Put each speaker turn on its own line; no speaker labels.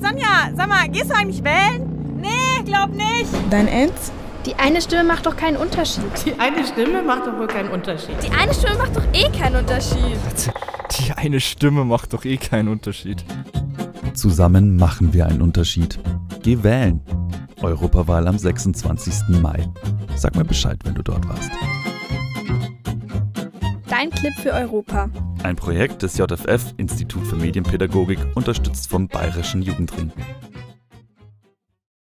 Sonja, sag mal, gehst du eigentlich wählen? Nee, glaub nicht.
Dein Ernst?
Die eine Stimme macht doch keinen Unterschied.
Die eine Stimme macht doch wohl keinen Unterschied.
Die eine Stimme macht doch eh keinen Unterschied.
Die eine Stimme macht doch eh keinen Unterschied.
Zusammen machen wir einen Unterschied. Geh wählen. Europawahl am 26. Mai. Sag mir Bescheid, wenn du dort warst.
Dein Clip für Europa.
Ein Projekt des JFF Institut für Medienpädagogik unterstützt vom Bayerischen Jugendring.